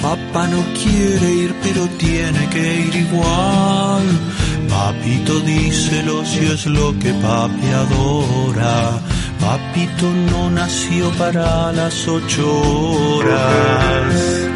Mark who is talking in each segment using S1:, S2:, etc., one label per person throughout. S1: Papá no quiere ir, pero tiene que ir igual. Papito díselo si es lo que papi adora. Papito no nació para las ocho horas.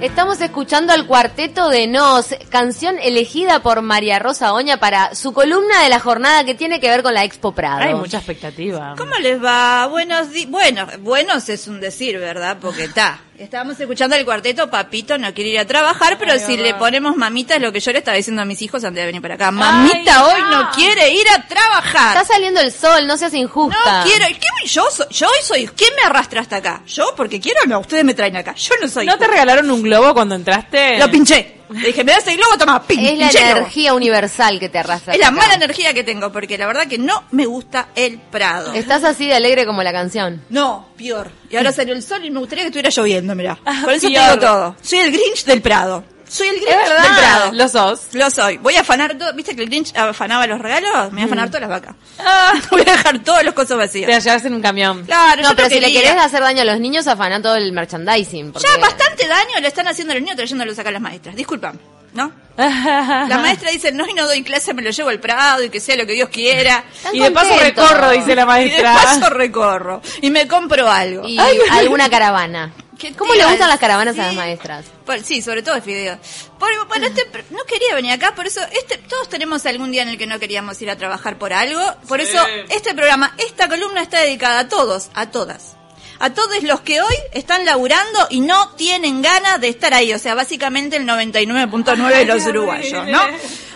S2: Estamos escuchando al cuarteto de Nos, canción elegida por María Rosa Oña para su columna de la jornada que tiene que ver con la Expo Prado.
S3: Hay mucha expectativa.
S4: ¿Cómo les va? Buenos días. Bueno, buenos es un decir, ¿verdad? Porque está. Estábamos escuchando el cuarteto, papito no quiere ir a trabajar, pero si le ponemos mamita es lo que yo le estaba diciendo a mis hijos antes de venir para acá. Mamita hoy no quiere ir a trabajar.
S2: Está saliendo el sol, no seas injusta.
S4: No quiero. ¿Qué me- yo soy? Yo hoy soy. ¿Quién me arrastra hasta acá? ¿Yo? Porque quiero o no. Ustedes me traen acá. Yo no soy.
S3: ¿No te regalaron un globo cuando entraste?
S4: Lo pinché. Le dije, me das el globo, toma, pin,
S2: Es la
S4: pinché el globo.
S2: energía universal que te arrastra.
S4: Es la
S2: hasta
S4: mala
S2: acá.
S4: energía que tengo, porque la verdad que no me gusta el Prado.
S2: Estás así de alegre como la canción.
S4: No, peor. Y
S2: Mm.
S4: ahora salió el sol y me gustaría que estuviera lloviendo, mirá.
S2: Ah,
S4: Por eso
S3: peor.
S4: tengo todo. Soy el Grinch del Prado. Soy el Grinch del Prado.
S3: Los dos.
S4: Lo soy. Voy a afanar todo. ¿Viste que el Grinch afanaba los regalos? Me voy a
S2: Mm.
S4: afanar todas las vacas. voy a dejar todos los cosos
S3: Ah, Te
S4: vacíos.
S3: la llevas en un camión.
S4: Claro, yo
S2: No, pero si le
S4: quería.
S2: querés hacer daño a los niños, afaná todo el merchandising. porque-
S4: Ya bastante daño le están haciendo a los niños trayéndolos acá a las maestras. Disculpame, ¿no? La maestra dice, no, y no doy clase, me lo llevo al Prado y que sea lo que Dios quiera.
S2: Están
S3: y de paso
S2: contentos.
S3: recorro, dice la
S4: Y de
S3: maestra.
S4: paso recorro. Y me compro algo.
S2: Y alguna caravana.
S4: ¿Qué
S2: ¿Cómo
S4: te
S2: le
S4: iba a
S2: gustan las caravanas a las
S4: decir?
S2: maestras?
S4: Por- sí, sobre todo el fideo. Por- bueno, este pr- no quería venir acá, por eso este, todos tenemos algún día en el que no queríamos ir a trabajar por algo. Por eso este programa, esta columna está dedicada a todos, a todas. A todos los que hoy están laburando y no tienen ganas de estar ahí. O sea, básicamente el 99.9 de los uruguayos, ¿no?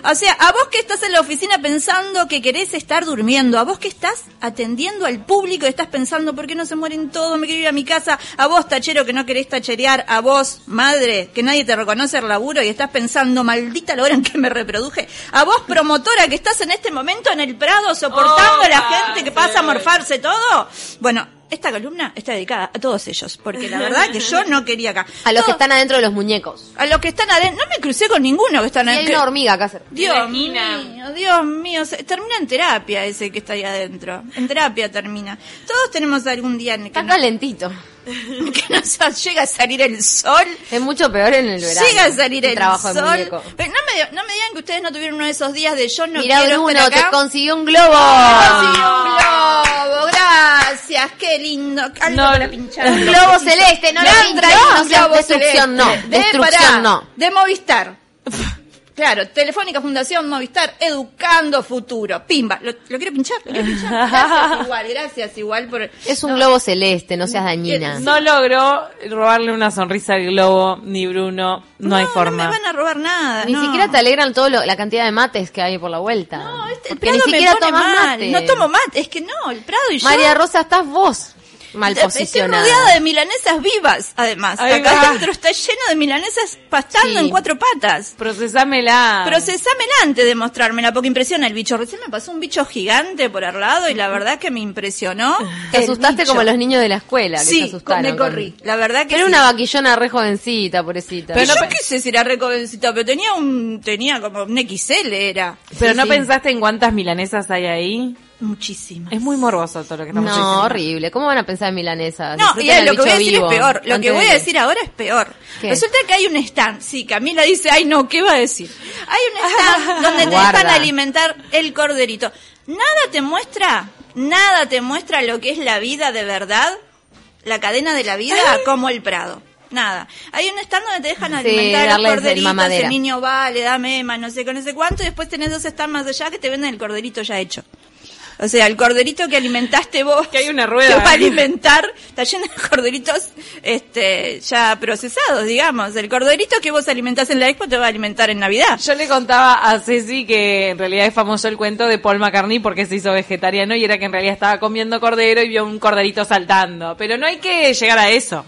S4: O sea, a vos que estás en la oficina pensando que querés estar durmiendo, a vos que estás atendiendo al público y estás pensando, ¿por qué no se mueren todos? Me quiero ir a mi casa. A vos, tachero, que no querés tacherear. A vos, madre, que nadie te reconoce el laburo y estás pensando, maldita la hora en que me reproduje. A vos, promotora, que estás en este momento en el Prado soportando a la gente que pasa a morfarse todo. Bueno, esta columna está dedicada a todos ellos, porque la verdad que yo no quería acá.
S2: A los que
S4: Todos-
S2: están adentro de los muñecos.
S4: A los que están adentro. No me crucé con ninguno que están
S2: Y hay
S4: adentro.
S2: una hormiga acá cerca.
S4: Dios mío, Dios mío, se- termina en terapia ese que está ahí adentro. En terapia termina. Todos tenemos algún día en el que,
S2: Está
S4: no-
S2: calentito.
S4: que nos llega a salir el sol.
S2: Es mucho peor en el verano.
S4: Llega a salir el,
S2: trabajo de
S4: sol.
S2: muñeco.
S4: Pero no me, no me digan que ustedes no tuvieron uno de esos días de yo no
S2: Mirá,
S4: quiero
S2: Bruno,
S4: estar
S2: te
S4: acá.
S2: consiguió un globo.
S4: Sí, un globo, gracias, qué lindo. Algo
S3: No,
S4: para pinchar.
S2: Un globo celeste, no
S4: Me
S2: lo
S4: han
S2: pinches,
S4: traído
S2: no
S4: un
S2: seas
S4: globo
S2: destrucción,
S4: celeste.
S2: no.
S4: De,
S2: Destrucción,
S4: pará,
S2: no.
S4: De Movistar. Claro, Telefónica Fundación Movistar, Educando Futuro. Pimba. ¿Lo, lo quiero pinchar? ¿Lo quiero pinchar? Gracias igual, gracias igual por...
S2: Es un globo celeste, no seas dañina.
S3: No logró robarle una sonrisa al globo, ni Bruno. No, hay forma.
S4: No me van a robar nada.
S2: Ni
S4: no.
S2: siquiera te alegran todo lo- la cantidad de mates que hay por la vuelta.
S4: No, este- el
S2: Porque
S4: Prado
S2: ni siquiera
S4: me pone
S2: tomás
S4: mal.
S2: mate.
S4: No tomo mate, es que no, el Prado y yo...
S2: María Rosa, estás vos mal
S4: Estoy
S2: posicionada.
S4: rodeada de milanesas vivas, además.
S3: Ahí
S4: Acá
S3: va.
S4: adentro está lleno de milanesas pastando
S2: Sí. Ah.
S4: en cuatro patas.
S3: Procesámela.
S4: Procesámela antes de mostrármela, porque impresiona el bicho. Recién me pasó un bicho gigante por al lado y la verdad que me impresionó.
S2: Te
S4: el
S2: asustaste
S4: bicho.
S2: como los niños de la escuela que se
S4: Sí,
S2: asustaron.
S4: me
S2: con-
S4: corrí. La verdad que
S2: Pero
S4: sí.
S2: una vaquillona re jovencita, pobrecita.
S4: Pero
S3: Pero no
S4: yo
S3: pe-
S4: qué sé si era recovencita, pero tenía un, tenía como un XL era.
S3: Pero
S2: Sí,
S3: no
S2: sí.
S3: pensaste en cuántas milanesas hay ahí.
S4: Muchísima.
S3: Es muy morboso todo lo que estamos
S2: No,
S3: diciendo.
S2: horrible. ¿Cómo van a pensar en milanesa?
S4: No,
S2: Disfruten
S4: y es
S2: al
S4: lo que voy a
S2: bicho
S4: decir
S2: vivo
S4: es peor. Lo que
S2: antes
S4: voy
S2: de-
S4: a decir ahora es peor.
S2: ¿Qué?
S4: Resulta que hay un stand. Sí, Camila dice, ay no, ¿qué va a decir? Hay un stand donde te
S2: Guarda.
S4: dejan alimentar el corderito. Nada te muestra, nada te muestra lo que es la vida de verdad, la cadena de la vida, como el Prado. Nada. Hay un stand donde te dejan alimentar
S2: darles
S4: el
S2: el
S4: corderito,
S2: mamadera.
S4: el niño va, le da mema, no sé qué, no sé cuánto, y después tenés dos stands más allá que te venden el corderito ya hecho. O sea, el corderito que alimentaste vos.
S3: Que hay una rueda.
S4: que va a alimentar, está lleno de corderitos este, ya procesados, digamos. El corderito que vos alimentás en la expo te va a alimentar en Navidad.
S3: Yo le contaba a Ceci que en realidad es famoso el cuento de Paul McCartney porque se hizo vegetariano y era que en realidad estaba comiendo cordero y vio un corderito saltando. Pero no hay que llegar a eso.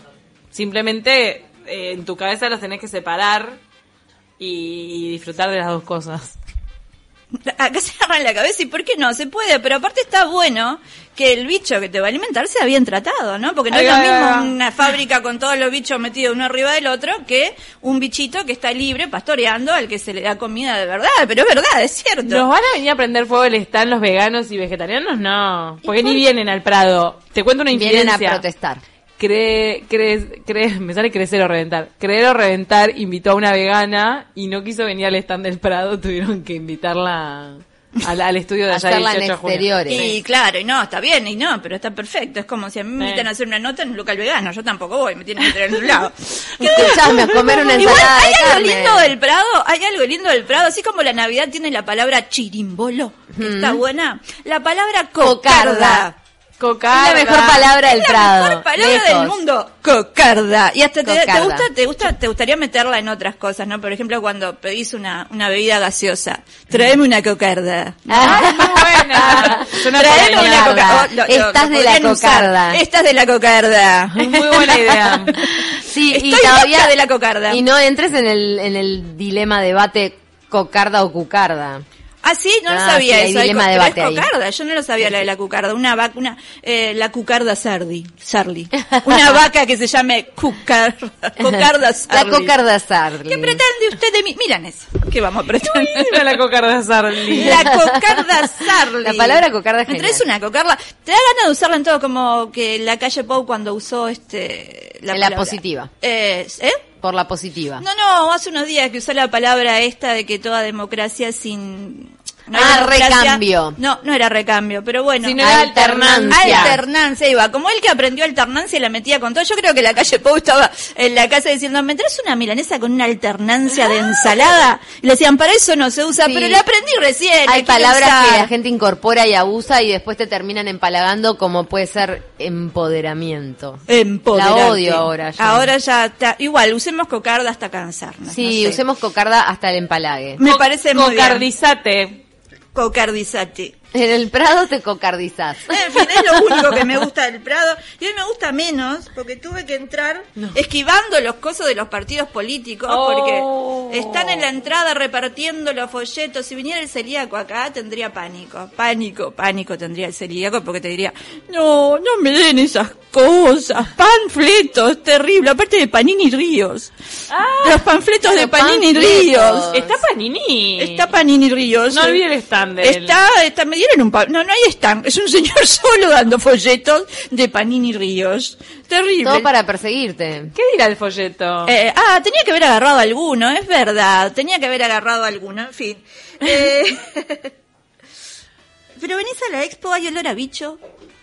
S3: Simplemente eh, en tu cabeza los tenés que separar y, y disfrutar de las dos cosas.
S4: acá se agarran la cabeza y ¿por qué no? Se puede, pero aparte está bueno que el bicho que te va a alimentar sea bien tratado, ¿no? Porque no
S3: Ahí
S4: es
S3: va,
S4: lo
S3: ahí va.
S4: mismo una fábrica con todos los bichos metidos uno arriba del otro que un bichito que está libre pastoreando al que se le da comida de verdad, pero es verdad, es cierto.
S3: ¿Nos van a venir a prender fuego el stand los veganos y vegetarianos? No, porque ni vienen al Prado. Te cuento una
S2: Vienen
S3: infidencia.
S2: a protestar.
S3: Cree, cree, cree, me sale crecer o reventar. Creer o reventar invitó a una vegana y no quiso venir al stand del Prado, tuvieron que invitarla al, al estudio de allá del
S2: Hacerla en
S3: 18 de junio.
S2: exteriores.
S4: Y claro, y no, está bien, y no, pero está perfecto. Es como si a mí me
S3: Sí.
S4: invitan a hacer una nota en un local vegano. Yo tampoco voy, me tienen que traer de un lado.
S2: Escuchame, a comer una
S4: Igual,
S2: ensalada
S4: hay
S2: de
S4: algo
S2: carne.
S4: lindo del Prado, hay algo lindo del Prado, así como la Navidad tiene la palabra chirimbolo, que está buena, la palabra cocarda.
S2: Cocarda.
S3: Cocarda.
S2: Es la mejor palabra del
S4: Es
S2: Prado.
S4: La mejor palabra
S2: lejos.
S4: del mundo, cocarda. Y hasta te, te
S2: Cocarda.
S4: gusta, te gusta, te gustaría meterla en otras cosas, ¿no? Por ejemplo, cuando pedís una, una bebida gaseosa,
S2: Mm.
S4: traeme una cocarda.
S2: Ah,
S3: Ay, muy buena. Suena
S4: Traeme
S3: por ahí,
S4: una
S2: Cocarda.
S4: cocarda. Oh, lo- lo-
S2: Estás
S4: lo
S2: de la
S4: podrían usar.
S2: cocarda.
S4: Estás de la cocarda.
S3: Muy buena idea.
S2: Sí, y
S4: Estoy
S2: todavía-
S4: loca de la cocarda.
S2: Y no entres en el, en el dilema debate cocarda o cucarda.
S4: Ah, sí, no lo
S2: Ah,
S4: sabía
S2: sí, hay
S4: eso. hay
S2: dilema
S4: co-
S2: de
S4: pero
S2: debate ahí.
S4: es cocarda, yo no lo sabía la de la cucarda. Una vaca, una, eh, la cucarda sardi, sarli. Una vaca que se llame cucarda, cocarda
S2: La
S4: sardi.
S2: cocarda sardi.
S4: ¿Qué pretende usted de mí? Miran eso. ¿Qué vamos a pretender?
S3: Mira la cocarda Sarli.
S4: La cocarda sarli.
S2: La palabra cocarda es
S4: Me
S2: genial.
S4: traes una cocarda. Te da ganas de usarla en todo como que la calle Pau cuando usó este,
S2: En la
S4: palabra.
S2: positiva.
S4: Eh, ¿eh?
S2: Por la positiva.
S4: No, no, hace unos días que usó la palabra esta de que toda democracia sin...
S2: Ah,
S4: era democracia.
S2: recambio.
S4: No, no era recambio, pero bueno.
S3: Si no era alternancia.
S4: Alternancia, iba. Como él que aprendió alternancia y la metía con todo. Yo creo que la calle Pou estaba en la casa diciendo, ¿me traes una milanesa con una alternancia de ensalada? Y le decían, para eso no se usa,
S2: Sí.
S4: pero la aprendí recién. la
S2: Hay
S4: quiero
S2: palabras
S4: usar".
S2: que la gente incorpora y abusa y después te terminan empalagando como puede ser empoderamiento.
S4: Eh, Empoderante.
S2: La odio ahora ya.
S4: Ahora ya está. Igual, usemos cocarda hasta cansarnos.
S2: Sí,
S4: no sé.
S2: usemos cocarda hasta el empalague.
S4: Me parece muy bien.
S3: Cocardizate.
S4: Cocardizate.
S2: En el Prado te cocardizás.
S4: En fin, es lo único que me gusta del Prado. Y hoy me gusta menos porque tuve que entrar esquivando los cosos de los partidos políticos
S3: Oh.
S4: porque están en la entrada repartiendo los folletos. Si viniera el celíaco acá, tendría pánico. Pánico, pánico tendría el celíaco porque te diría, no, no me den esas cosas. Panfletos, terrible. Aparte de Panini Ríos.
S3: Ah,
S4: los panfletos de
S2: los
S4: Panini
S2: panfletos.
S4: Ríos.
S3: Está Panini.
S4: Está Panini Ríos.
S3: No olvide el stand de él.
S4: Está, está, me dieron un pa- No, no hay stand. Es un señor solo dando folletos de Panini Ríos. Terrible.
S2: Todo para perseguirte.
S3: ¿Qué dirá el folleto?
S4: Eh, ah, tenía que haber agarrado alguno, es verdad. Tenía que haber agarrado alguno, en fin. Eh, Pero venís a la expo, hay olor a bicho.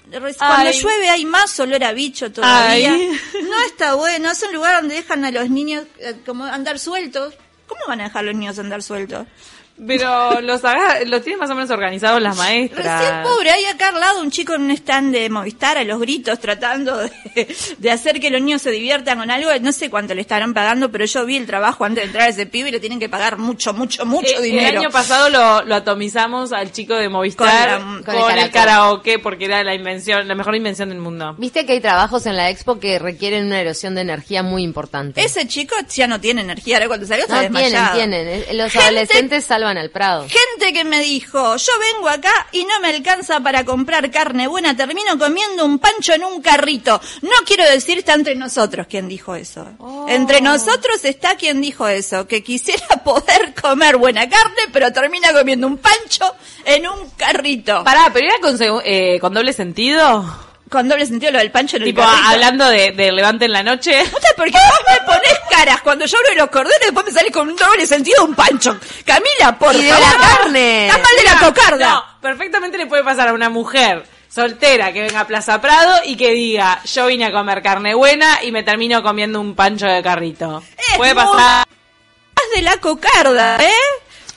S4: Re- Cuando
S3: Ay.
S4: llueve hay más olor a bicho todavía.
S3: Ay.
S4: No está bueno, es un lugar donde dejan a los niños eh, como andar sueltos. ¿Cómo van a dejar a los niños andar sueltos?
S3: Pero los, haga- los tienes más o menos organizados las maestras.
S4: Recién pobre, hay acá al lado un chico en un stand de Movistar a los gritos tratando de, de hacer que los niños se diviertan con algo. No sé cuánto le estarán pagando, pero yo vi el trabajo antes de entrar a ese pibe y le tienen que pagar mucho, mucho, mucho
S3: Eh, El
S4: dinero.
S3: año pasado lo, lo atomizamos al chico de Movistar
S4: Con
S3: con,
S4: la-
S2: con el
S3: el,
S2: karaoke.
S3: karaoke porque era la invención, la mejor invención del mundo.
S2: Viste que hay trabajos en la expo que requieren una erosión de energía muy importante.
S4: Ese chico ya no tiene energía, ahora cuando salió está
S2: no, tienen,
S4: desmayado.
S2: tienen. Eh, Los
S4: Gente-
S2: adolescentes salvan al Prado.
S4: Gente que me dijo, yo vengo acá y no me alcanza para comprar carne buena, termino comiendo un pancho en un carrito. No quiero decir está entre nosotros quien dijo eso.
S2: Oh.
S4: Entre nosotros está quien dijo eso, que quisiera poder comer buena carne, pero termina comiendo un pancho en un carrito.
S3: Pará, pero era con, segu- eh, con doble sentido.
S4: Con doble sentido lo del pancho en el
S3: Tipo,
S4: carrito.
S3: hablando de, de Levante en la noche.
S4: No sé por qué vos me pones caras cuando yo abro los cordones, después me sale con un doble sentido un pancho. Camila, por
S2: Y de
S4: favor.
S2: la carne.
S4: Está mal de la cocarda.
S3: No, perfectamente le puede pasar a una mujer soltera que venga a Plaza Prado y que diga, yo vine a comer carne buena y me termino comiendo un pancho de carrito.
S4: Es
S3: puede
S4: muy-
S3: pasar.
S4: Más de la cocarda, ¿eh?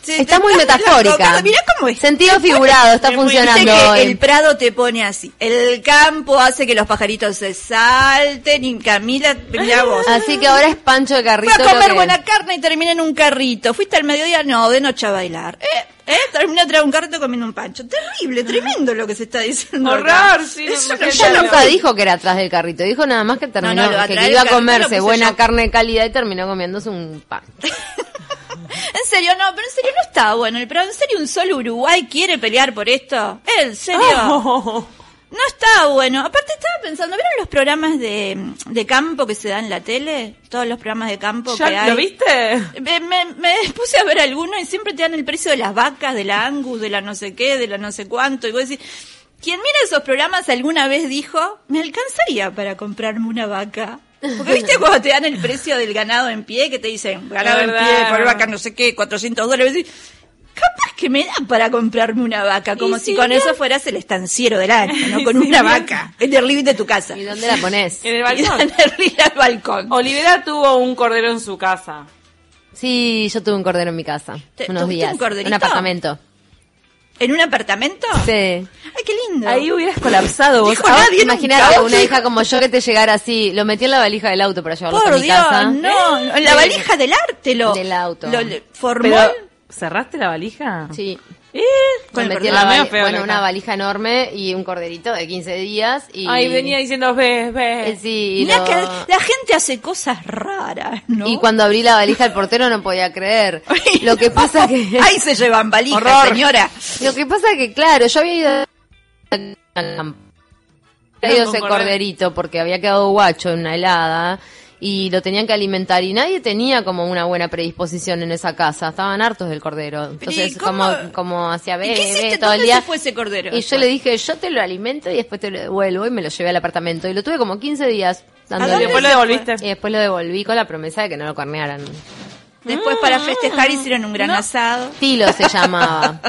S4: Se-
S2: Está
S4: te-
S2: muy
S4: más de la
S2: metafórica.
S4: cocarda. Mirá cómo es.
S2: Sentido figurado, está
S4: Es muy-
S2: funcionando
S4: Viste que
S2: hoy.
S4: el prado te pone así. El campo hace que los pajaritos se salten y Camila, mirá vos.
S2: Así que ahora es Pancho de
S4: Fui
S2: Carrito.
S4: a
S2: lo
S4: comer
S2: que-
S4: buena carne y terminé en un carrito. Fuiste al mediodía, no, de noche a bailar. ¿Eh? ¿Eh? Terminé atrás de un carrito comiendo un pancho. Terrible, tremendo lo que se está diciendo. acá.
S3: Horror, sí, me
S4: Eso Ah. no-
S3: siento-
S4: yo
S2: Ella
S4: no-
S2: nunca dijo que era atrás del carrito, dijo nada más que terminó
S4: No, no, lo
S2: que
S4: atrás del
S2: iba a
S4: carrito lo
S2: comerse
S4: puse
S2: buena
S4: yo.
S2: carne de calidad y terminó comiéndose un pan.
S4: En serio, no, pero en serio no está bueno. Pero en serio, un solo Uruguay quiere pelear por esto. En serio. No está bueno. Aparte estaba pensando, ¿vieron los programas de, de campo que se dan en la tele? Todos los programas de campo que
S3: ¿Ya
S4: hay.
S3: lo viste?
S4: Me, me- me puse a ver alguno y siempre te dan el precio de las vacas, de la Angus, de la no sé qué, de la no sé cuánto. Y vos decís, quien mira esos programas alguna vez dijo, me alcanzaría para comprarme una vaca. Porque viste cuando te dan el precio del ganado en pie, que te dicen, ganado
S3: La
S4: en pie,
S3: verdad.
S4: por vaca no sé qué, 400 dólares. Y decís, Capaz que me da para comprarme una vaca, como si,
S2: si
S4: con
S2: bien-
S4: eso fueras el estanciero del año, ¿no? Con
S3: Y si
S4: una
S3: bien-
S4: vaca, en el living de tu casa.
S2: ¿Y dónde la pones?
S3: En el
S4: Y
S3: balcón.
S4: tenerla al balcón.
S3: Olivera tuvo un cordero en su casa.
S2: Sí, yo tuve un cordero en mi casa.
S4: ¿Te-
S2: unos
S4: tuviste
S2: días.
S4: un corderito?
S2: Un apartamento.
S4: ¿En un apartamento?
S2: Sí.
S4: Ay, qué lindo.
S3: Ahí hubieras colapsado vos.
S4: Dijo
S2: Ahora
S4: nadie
S2: Imagínate
S4: nunca.
S2: una hija como yo que te llegara así. Lo metí en la valija del auto para llevarlo a
S4: Por
S2: mi
S4: Dios,
S2: casa.
S4: no, en la
S2: Sí.
S4: valija del arte lo.
S2: Del auto.
S4: Lo, le- formó
S3: Pero,
S4: el-
S3: ¿cerraste la valija?
S2: Sí.
S3: ¿Eh?
S2: Lo
S4: el
S2: metí
S4: cordero.
S2: en la
S3: Ah, medio
S2: vali-
S3: feo,
S2: bueno,
S3: loca.
S2: una valija enorme y un corderito de 15 días. Y...
S3: Ahí venía diciendo, ves,
S2: Eh,
S3: ves.
S2: Sí, y,
S4: Mirá
S2: lo-
S4: que la gente hace cosas raras, ¿no?
S2: y cuando abrí la valija el portero no podía creer. Lo que pasa que...
S4: Ahí se llevan valija,
S3: Horror.
S4: señora.
S2: Lo que pasa que, claro, yo había ido al campo. Había ido
S3: Con
S2: ese
S3: cordero.
S2: corderito porque había quedado guacho en una helada y lo tenían que alimentar y nadie tenía como una buena predisposición en esa casa. Estaban hartos del cordero. Entonces,
S4: cómo-
S2: como, como hacía
S4: ¿Y qué
S2: bebé
S4: hiciste?
S2: todo el
S4: ¿Dónde
S2: día.
S4: se fue ese cordero?
S2: Y yo le dije, yo te lo alimento y después te lo devuelvo y me lo llevé al apartamento. Y lo tuve como 15 días
S4: ¿A
S3: Y
S2: dándole.
S4: dónde
S3: después lo
S4: se fue?
S3: devolviste.
S2: Y después lo devolví con la promesa de que no lo cornearan.
S4: Después para
S2: Ah.
S4: festejar hicieron un gran asado.
S2: Tilo se llamaba.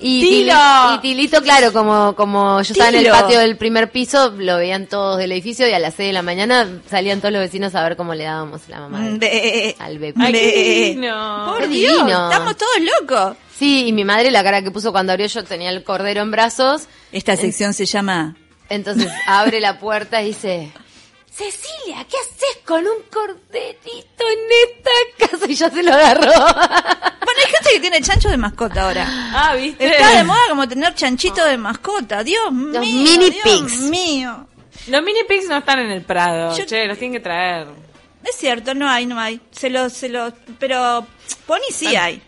S2: Y
S3: Tilo.
S2: Tili- Y Tilito, claro, como, como yo estaba en el
S4: Tilo.
S2: patio del primer piso, lo veían todos del edificio y a las 6 de la mañana salían todos los vecinos a ver cómo le dábamos la mamá.
S3: Mm.
S2: de-
S4: Ve.
S2: Al bebé.
S3: Ay, qué
S4: Ve.
S3: divino.
S4: Por
S2: Qué
S4: Dios,
S2: divino.
S4: estamos todos locos.
S2: Sí, y mi madre la cara que puso cuando abrió yo tenía el cordero en brazos,
S4: Esta sección se llama
S2: entonces abre la puerta y dice, Cecilia, ¿qué haces con un corderito en esta casa? Y ya se lo agarró.
S4: Bueno, hay gente que tiene chanchos de mascota ahora.
S3: Ah, viste.
S4: Está de moda como tener chanchitos de mascota. Dios mío.
S2: mini
S4: Dios
S2: pigs.
S4: mío.
S3: Los mini pigs no están en el Prado.
S4: Yo-
S3: Che, los tienen que traer.
S4: Es cierto, no hay, no hay. Se los, se los, pero pony sí hay.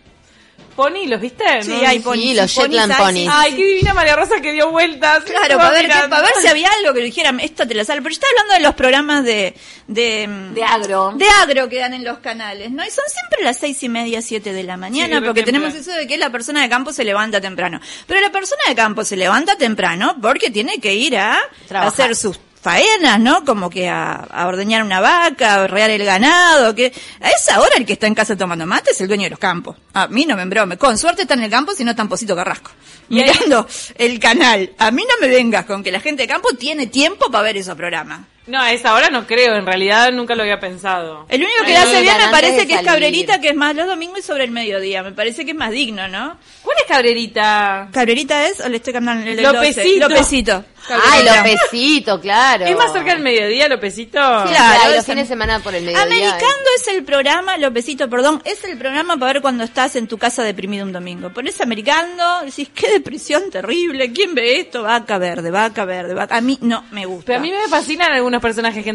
S3: ¿Pony los viste?
S4: Sí,
S3: No,
S4: hay
S3: no sé.
S4: pony.
S2: los Shetland ponies.
S3: Ay, qué divina María Rosa que dio vueltas.
S4: Claro,
S3: Estaba
S4: para ver, qué-
S3: mirando.
S4: para ver si había algo que dijeran, esto te la sale. Pero yo estaba hablando de los programas de, de,
S2: De agro.
S4: de agro que dan en los canales, ¿no? Y son siempre las seis y media, siete de la mañana,
S3: Sí, re
S4: porque tenemos
S3: temprano.
S4: eso de que la persona de campo se levanta temprano. Pero la persona de campo se levanta temprano porque tiene que ir a
S2: Trabajar.
S4: hacer sus faenas, ¿no? Como que a, a ordeñar una vaca, a rear el ganado, que a esa hora el que está en casa tomando mate es el dueño de los campos. A mí no me embrome. Con suerte está en el campo, si no tamposito Carrasco.
S3: Y ahí-
S4: Mirando el canal. A mí no me vengas con que la gente de campo tiene tiempo para ver esos programas.
S3: No, a esa hora no creo. En realidad nunca lo había pensado.
S4: El único que
S2: Ay,
S4: le hace bien
S2: miran,
S4: me parece
S2: antes de
S4: que es
S2: salir.
S4: Cabrerita, que es más los domingos y sobre el mediodía. Me parece que es más digno, ¿no?
S3: ¿Cuál es Cabrerita?
S4: ¿Cabrerita es o le estoy cambiando el
S3: Lopecito.
S4: Lopecito.
S2: Ay, Lopecito, claro.
S3: ¿Es más cerca del mediodía, Lopecito?
S4: Sí,
S2: Claro,
S4: Claro,
S2: los
S4: esa-
S2: fines de semana por el mediodía. eh.
S4: Americando es el programa, Lopecito, perdón, es el programa para ver cuando estás en tu casa deprimido un domingo. Pones Americando, decís, qué depresión terrible, ¿quién ve esto? Vaca verde, vaca verde, vaca. A mí no me gusta.
S3: Pero a mí me fascinan algunos personajes que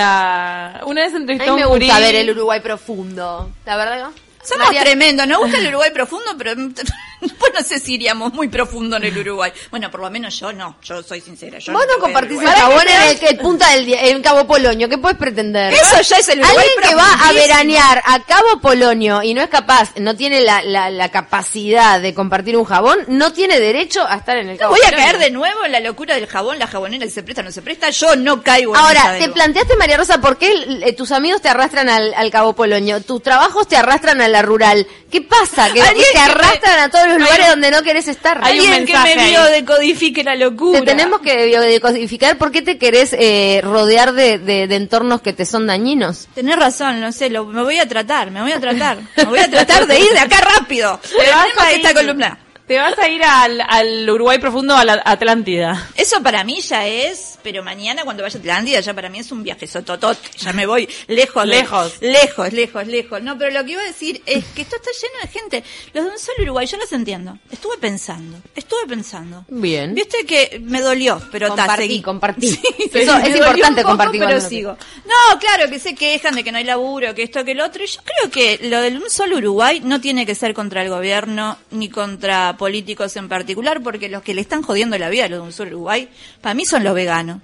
S3: entrevista. Una vez
S2: A
S3: entrevistó
S2: mí
S3: a un
S2: me gusta
S3: gurí.
S2: ver el Uruguay profundo. La verdad que
S4: Somos
S2: María-
S4: tremendos, nos gusta el Uruguay profundo, pero pues no sé si iríamos muy profundo en el Uruguay. Bueno, por lo menos yo no, yo soy sincera. Yo
S2: Vos no
S4: no voy al
S2: compartís el
S4: Uruguay.
S2: jabón en el, que- el punta del día- en Cabo Polonio. ¿Qué puedes pretender?
S4: Eso ya es el Uruguay
S2: Alguien que va a
S4: profundísimo.
S2: veranear a Cabo Polonio y no es capaz, no tiene la, la, la capacidad de compartir un jabón, no tiene derecho a estar en el Cabo
S4: Voy a
S2: Polonio.
S4: caer de nuevo en la locura del jabón, la jabonera que se presta, no se presta, yo no caigo en esa
S2: Ahora,
S4: de
S2: te
S4: nuevo.
S2: planteaste, María Rosa, por qué eh, tus amigos te arrastran al, al Cabo Polonio, tus trabajos te arrastran a la rural. ¿Qué pasa? Que,
S4: Alguien
S2: que te
S4: que me-
S2: arrastran a todos los
S3: Hay
S2: lugares
S3: un-
S2: donde no querés estar.
S3: hay un
S4: Alguien que
S3: mensaje
S4: me
S3: ahí.
S4: vio decodifique la locura.
S2: Te tenemos que biodecodificar por qué te querés eh, rodear de, de- de entornos que te son dañinos.
S4: Tenés razón, no sé, lo- me voy a tratar, me voy a tratar. Me voy a tratar de ir de acá rápido.
S3: vas
S4: Terminemos
S3: a ir.
S4: esta columna.
S3: Te vas a ir al, al Uruguay profundo, a la Atlántida.
S4: Eso para mí ya es, pero mañana cuando vaya a Atlántida ya para mí es un viaje sototot. Ya me voy lejos, de-
S3: Lejos.
S4: lejos, lejos, lejos. No, pero lo que iba a decir es que esto está lleno de gente. Los de un solo Uruguay, yo los entiendo. Estuve pensando, estuve pensando.
S2: Bien.
S4: Viste que me dolió, pero ta,
S2: Compartí,
S4: seguí.
S2: compartí.
S4: me
S2: Eso es
S4: dolió
S2: importante
S4: un
S2: compartir
S4: Pero
S2: cuando uno
S4: sigo. No, claro, que se quejan de que no hay laburo, que esto, que el otro. Y Yo creo que lo del un solo Uruguay no tiene que ser contra el gobierno ni contra políticos en particular, porque los que le están jodiendo la vida a los de un solo Uruguay, para mí son los veganos.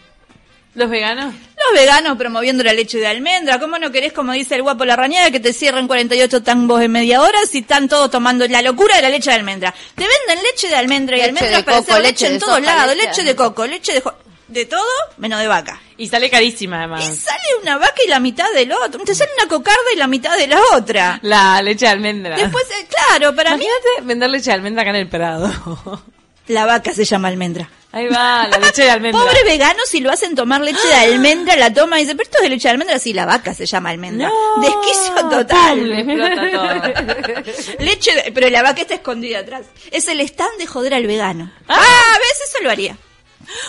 S3: ¿Los veganos?
S4: Los veganos promoviendo la leche de almendra, ¿cómo no querés, como dice el guapo la rañada, que te cierren 48 tangos en media hora si están todos tomando la locura de la leche de almendra? Te venden leche de almendra y
S2: Leche
S4: almendras
S2: de
S4: para
S2: coco,
S4: hacer
S2: leche
S4: leche en
S2: de
S4: todos
S2: soja,
S4: lados,
S2: leche de
S4: leche de coco, leche de, jo- de todo, menos de vaca.
S3: Y sale carísima
S4: Y
S3: además.
S4: sale una vaca y la mitad del otro. Te sale una cocarda y la mitad de la otra.
S3: La leche de almendra.
S4: Después, eh, claro, para mí
S3: Imagínate vender leche de almendra acá en el Prado.
S4: la vaca se llama almendra.
S3: Ahí va, la leche de almendra. Ah.
S4: Pobre vegano si lo hacen tomar leche de almendra, la toma y dice, pero esto es de leche de almendra, sí, la vaca se llama almendra.
S3: No,
S4: Desquicio
S3: Me
S4: total.
S3: explota todo.
S4: Leche, de- pero la vaca está escondida atrás. Es el stand de joder al vegano.
S3: Ah.
S4: Ah, ¿ves? Eso lo haría.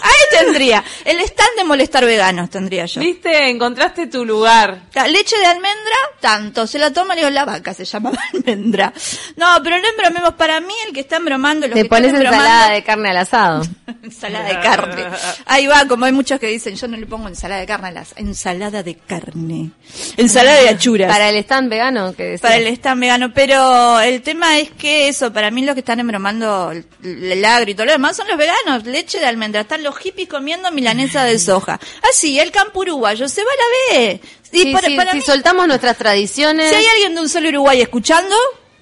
S4: Ahí tendría. El stand de molestar veganos tendría yo.
S3: Viste, encontraste tu lugar.
S4: La leche de almendra, tanto. Se la toma, le digo, la vaca se llama almendra. No, pero no embromemos. Para mí, el que está embromando, los
S2: Te
S4: que
S2: pones
S4: están embromando-
S2: ensalada de carne al asado.
S4: Ensalada de carne. Ahí va, como hay muchos que dicen, yo no le pongo ensalada de carne a las. Ensalada de carne. Ensalada de achuras. Para,
S2: Para el stand vegano que decías.
S4: el stand vegano. Pero el tema es que eso, para mí los que están embromando el, el agro y todo lo demás son los veganos. Leche de almendra. Están los hippies comiendo milanesa de soja. Así, el campo uruguayo se va a la B. Y
S2: Sí,
S4: para-
S2: sí,
S4: para
S2: si
S4: mí-
S2: soltamos nuestras tradiciones.
S4: si hay alguien de un solo Uruguay escuchando,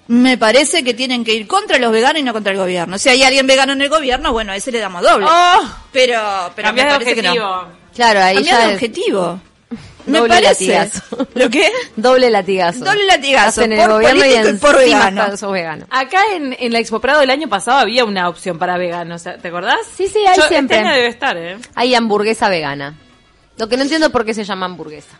S4: me parece que tienen que ir contra los veganos y no contra el gobierno. Si hay alguien vegano en el gobierno, bueno, a ese le damos doble.
S3: Oh,
S4: Pero, pero me
S3: cambiás de
S4: parece que
S3: objetivo.
S4: no.
S2: Claro, ahí
S4: Cambiar
S2: ya
S4: de
S2: es
S4: objetivo. Me
S2: Doble
S4: parece.
S2: latigazo.
S4: ¿Lo qué?
S2: doble latigazo.
S4: Doble latigazo,
S2: Estás En el
S4: por
S2: gobierno y,
S4: político y
S2: encima
S4: por vegano.
S2: estás- sos vegano.
S3: Acá en, en la Expo Prado del año pasado había una opción para veganos, ¿te acordás?
S2: Sí, sí, hay
S3: Yo-
S2: siempre.
S3: Este año debe estar, ¿eh?
S2: Hay hamburguesa vegana. Lo que no entiendo es por qué se llama hamburguesa.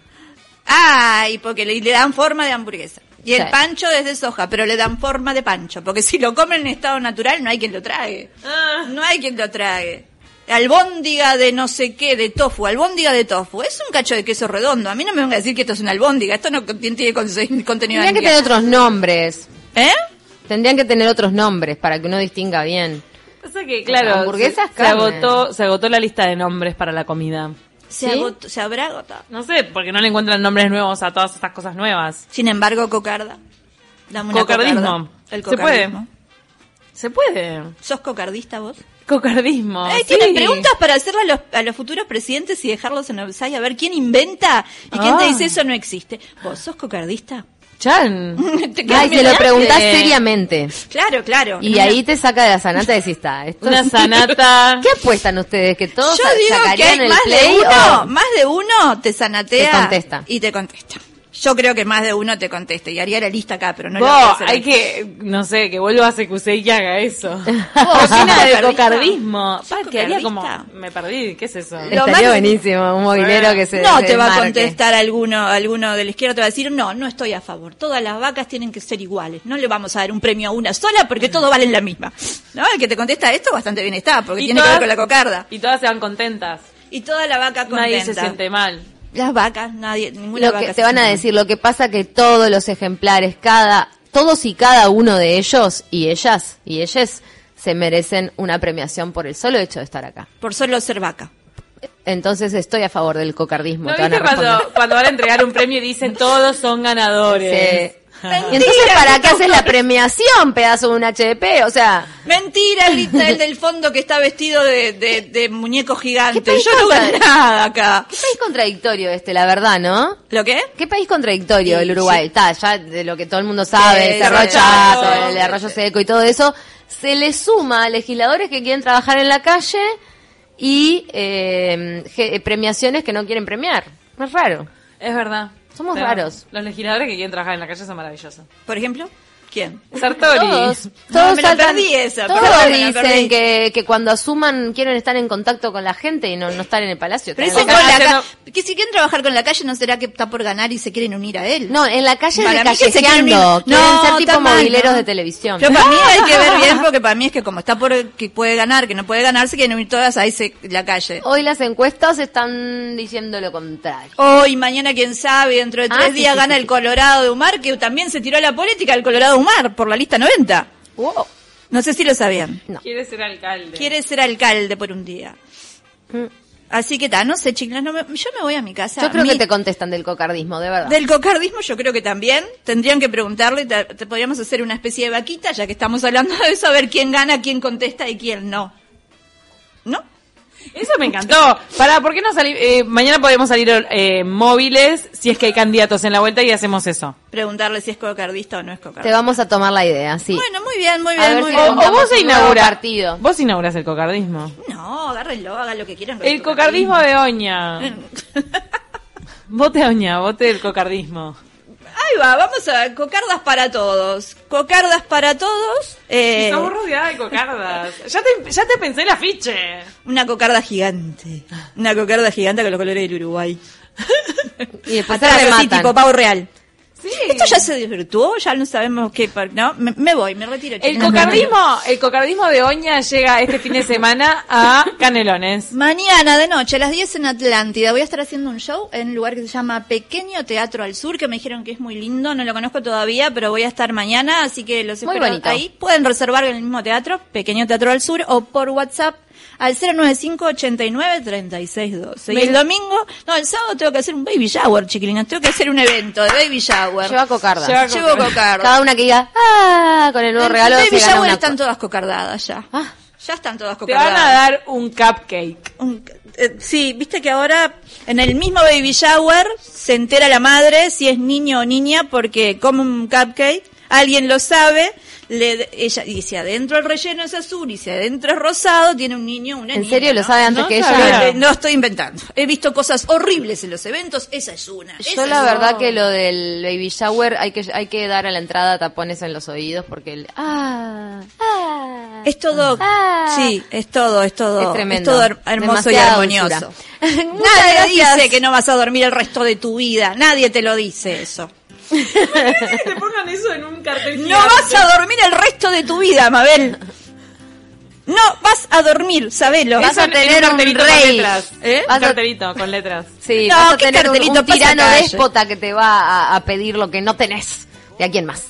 S4: Ay, porque le, le dan forma de hamburguesa. Y el
S2: Sí.
S4: pancho es de soja, pero le dan forma de pancho. Porque si lo comen en estado natural, no hay quien lo trague.
S3: Ah.
S4: No hay quien lo trague. Albóndiga de no sé qué, de tofu, albóndiga de tofu. Es un cacho de queso redondo. A mí no me van a decir que esto es una albóndiga. Esto no contiene tiene conse- contenido
S2: Tendrían que tener
S4: de
S2: otros nombres.
S4: ¿Eh?
S2: Tendrían que tener otros nombres para que uno distinga bien.
S3: Pasa que, claro,
S2: Hamburguesas,
S3: se, se
S2: carne.
S3: agotó, se agotó la lista de nombres para la comida.
S4: ¿Se,
S2: ¿Sí?
S4: agotó- ¿Se habrá agotado?
S3: No sé, porque no le encuentran nombres nuevos a todas estas cosas nuevas.
S4: Sin embargo, cocarda. Dame una
S3: Cocardismo.
S4: cocarda.
S3: ¿Se
S4: El
S3: puede?
S4: cocardismo.
S3: Se puede.
S4: ¿Sos cocardista vos?
S3: Cocardismo.
S2: Eh,
S4: Ahí
S3: Ah, sí.
S4: tienen preguntas para hacerle a los, a los futuros presidentes y dejarlos en offside a ver quién inventa y quién te
S3: Ah.
S4: dice eso no existe. ¿Vos sos cocardista?
S3: Chan.
S4: Te quedas
S2: Ay, se lo
S4: mirando.
S2: preguntás seriamente.
S4: Claro, claro.
S2: Y
S4: No,
S2: ahí te saca de la sanata y decís, está, esto
S3: Una
S2: es-
S3: sanata.
S2: ¿Qué apuestan ustedes? ¿Que
S4: no.
S2: todos
S4: Yo digo que
S2: sacarían
S4: hay
S2: el
S4: más
S2: play
S4: de uno,
S2: o-
S4: más de uno te zanatea
S2: Te contesta.
S4: y te contesta. Yo creo que más de uno te contesta y haría la lista acá, pero no
S3: Vos,
S4: la voy a hacer
S3: hay
S4: hoy.
S3: que, no sé, que vuelva a CQC y que haga eso.
S4: ¿Vos sos
S3: Cocina de
S4: cocardista?
S3: cocardismo. Pa,
S4: ¿Sos
S3: quedaría como,
S4: cocardista?
S3: me perdí, ¿qué es eso?
S4: Lo
S2: Estaría
S4: más-
S2: buenísimo un movilero que se
S4: no
S2: se
S4: te va a
S2: desmarque.
S4: contestar alguno, alguno de la izquierda, te va a decir, no, no estoy a favor. Todas las vacas tienen que ser iguales. No le vamos a dar un premio a una sola porque todos valen la misma. ¿No? El que te contesta esto bastante bien está, porque
S3: Y
S4: tiene
S3: todas-
S4: que ver con la cocarda.
S3: Y todas se van contentas.
S4: Y toda la vaca contenta.
S3: Nadie se siente mal.
S4: Las vacas, nadie, ninguna
S2: Lo que
S4: vaca se
S2: te van a
S4: siente mal.
S2: decir, lo que pasa que todos los ejemplares, cada, todos y cada uno de ellos y ellas y ellas se merecen una premiación por el solo hecho de estar acá.
S4: Por solo ser vaca.
S2: Entonces estoy a favor del cocardismo.
S3: ¿No
S2: te van a
S3: viste cuando,
S2: responder.
S3: cuando van a entregar un premio y dicen todos son ganadores?
S2: Sí. Y entonces,
S4: Mentira,
S2: ¿para
S4: no
S2: qué haces la premiación, pedazo de un HDP? O sea,
S4: Mentira, grita el del fondo que está vestido de, de, de muñeco gigante.
S2: país
S4: Yo no
S2: pasa?
S4: gané nada acá.
S2: qué país contradictorio este, la verdad, ¿no?
S4: ¿Lo qué?
S2: ¿Qué país contradictorio
S4: Sí,
S2: el Uruguay? Está, ya de lo que todo el mundo sabe,
S4: Sí,
S2: el cerro
S4: sí,
S2: chato,
S4: sí.
S2: el arroyo seco y todo eso, se le suma a legisladores que quieren trabajar en la calle y eh, ge- premiaciones que no quieren premiar. Es raro.
S3: Es verdad.
S2: Somos
S3: Pero
S2: raros.
S3: Los legisladores que quieren trabajar en la calle son maravillosos.
S4: Por ejemplo. ¿Quién?
S3: Sartori.
S2: Todos,
S4: No,
S2: todos
S4: me la
S2: saltan-
S4: perdí esa,
S2: todos
S4: perdón, me la
S2: dicen
S4: perdí.
S2: Que, que cuando asuman quieren estar en contacto con la gente y no, no estar en el palacio.
S4: Pero
S2: Están
S4: eso
S2: en
S4: con
S2: la
S4: la
S3: calle
S4: ca- que si quieren trabajar con la calle, ¿no será que está por ganar y se quieren unir a él?
S2: ca- No, en la calle de
S4: Para mí que se quieren
S2: callejeando.
S4: unir.
S2: Quieren
S4: No,
S2: ser tipo
S4: está mal,
S2: mobileros
S4: ¿no?
S2: de televisión.
S4: Yo para mí hay que ver bien, porque para mí es que como está por que puede ganar, que no puede ganar, se quieren unir todas a ese, la calle.
S2: Hoy las encuestas están diciendo lo contrario.
S4: Hoy, mañana, quién sabe, dentro de
S2: Ah,
S4: tres
S2: sí,
S4: días
S2: sí,
S4: gana
S2: sí,
S4: el Colorado de Humar, que también se tiró a la política el Colorado de Humar por la lista 90.
S2: Wow.
S4: No sé si lo sabían.
S3: Quiere ser alcalde.
S4: Quiere ser alcalde por un día. Así que ta, no sé, chicas, no me- yo me voy a mi casa.
S2: Mm. Yo creo que
S4: Mi-
S2: te contestan del cocardismo, de verdad.
S4: Del cocardismo yo creo que también tendrían que preguntarle, te, te podríamos hacer una especie de vaquita, ya que estamos hablando de eso, a ver quién gana, quién contesta y quién no. ¿No?
S3: Eso me encantó. Pará, ¿por qué no salir? eh, mañana podemos salir eh, móviles si es que hay candidatos en la vuelta y hacemos eso.
S4: Preguntarle si es cocardista o no es
S2: Te
S4: cocardista.
S2: vamos a tomar la idea, sí.
S4: Bueno, muy bien,
S2: A
S4: muy bien,
S2: ver
S4: muy
S2: si
S3: O,
S4: bien.
S3: o
S2: Vamos,
S3: vos se
S2: un nuevo
S3: inaugura.
S2: partido.
S3: Vos inaugurás el cocardismo.
S4: No, agárrenlo, hagan lo que quieran. con
S3: El cocardismo de Oña. Vote a Oña, vote el cocardismo.
S4: Ahí va, vamos a cocardas para todos. Cocardas para todos. eh,
S3: Estamos rodeadas de cocardas. Ya te, ya te pensé el afiche.
S4: una cocarda gigante. Una cocarda gigante con los colores del Uruguay.
S2: Y después se
S4: Atrás, así,
S2: rematan.
S4: tipo pavo real.
S3: Sí.
S4: Esto ya se desvirtuó, ya no sabemos qué. par- No, me, me voy, me retiro.
S3: El
S4: chicas.
S3: cocardismo, el cocardismo de Oña llega este fin de semana a Canelones.
S4: Mañana de noche a las 10 en Atlántida voy a estar haciendo un show en un lugar que se llama Pequeño Teatro al Sur, que me dijeron que es muy lindo, no lo conozco todavía, pero voy a estar mañana, así que los
S2: Muy
S4: espero
S2: bonito.
S4: ahí. Pueden reservar en el mismo teatro, Pequeño Teatro al Sur, o por WhatsApp al 095 89 36 12. Y el domingo, no, el sábado tengo que hacer un baby shower, chiquilinas, tengo que hacer un evento de baby shower.
S2: Lleva cocardas.
S3: Lleva
S4: Llevo cocarda.
S2: Cada una que diga, ah, con el nuevo
S4: En
S2: regalo
S4: el
S2: se
S4: baby
S2: gana
S4: shower
S2: una
S4: están
S2: co-
S4: todas cocardadas ya.
S2: Ah.
S4: Ya están todas
S3: Te van a
S4: cocardadas.
S3: dar un cupcake.
S4: Un- eh, sí, viste que ahora en el mismo baby shower se entera la madre si es niño o niña porque come un cupcake, alguien lo sabe, le, ella, y si adentro el relleno es azul y si adentro es rosado, tiene un niño o una
S2: ¿En
S4: niña,
S2: serio lo
S4: ¿no?
S2: sabe antes
S3: No
S2: que ella?
S3: sabía.
S4: Eh, No estoy inventando. He visto cosas horribles en los eventos, esa es una. esa
S2: Yo la
S4: es
S2: verdad
S4: una.
S2: que lo del baby shower hay que hay que dar a la entrada tapones en los oídos porque el ah, ah,
S4: Es todo,
S2: Ah.
S4: sí, es todo, es todo,
S2: Es tremendo.
S4: todo her- hermoso y
S2: Demasiada
S4: armonioso.
S2: dulzura. Muchas
S4: Nadie
S2: gracias.
S4: dice que no vas a dormir el resto de tu vida, nadie te lo dice eso.
S3: te pongan eso en un cartel.
S4: No vas a dormir el resto de tu vida, Mabel. No vas a dormir, sabelo.
S2: Vas a tener un rey. ¿Eh?
S3: Un
S2: Vas a-
S3: carterito con letras.
S2: sí,
S4: No,
S2: vas a
S4: qué
S2: tener un,
S4: cartelito,
S2: un
S4: pasa
S2: tirano
S4: calle.
S2: déspota que te va a, a pedir lo que no tenés de aquí en más.